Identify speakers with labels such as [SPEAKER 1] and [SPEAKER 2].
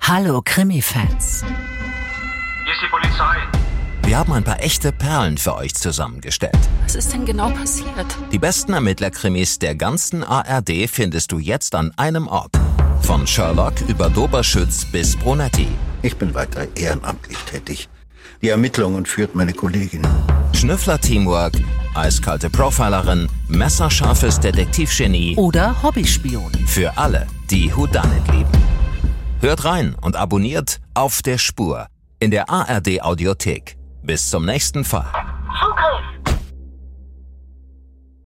[SPEAKER 1] Hallo Krimi-Fans.
[SPEAKER 2] Hier ist die Polizei.
[SPEAKER 3] Wir haben ein paar echte Perlen für euch zusammengestellt.
[SPEAKER 4] Was ist denn genau passiert?
[SPEAKER 3] Die besten Ermittlerkrimis der ganzen ARD findest du jetzt an einem Ort. Von Sherlock über Doberschütz bis Brunetti.
[SPEAKER 5] Ich bin weiter ehrenamtlich tätig. Die Ermittlungen führt meine Kollegin.
[SPEAKER 3] Schnüffler-Teamwork, eiskalte Profilerin, messerscharfes Detektivgenie.
[SPEAKER 1] Oder Hobbyspion.
[SPEAKER 3] Für alle, die Houdanet lieben. Hört rein und abonniert Auf der Spur in der ARD Audiothek. Bis zum nächsten Fall.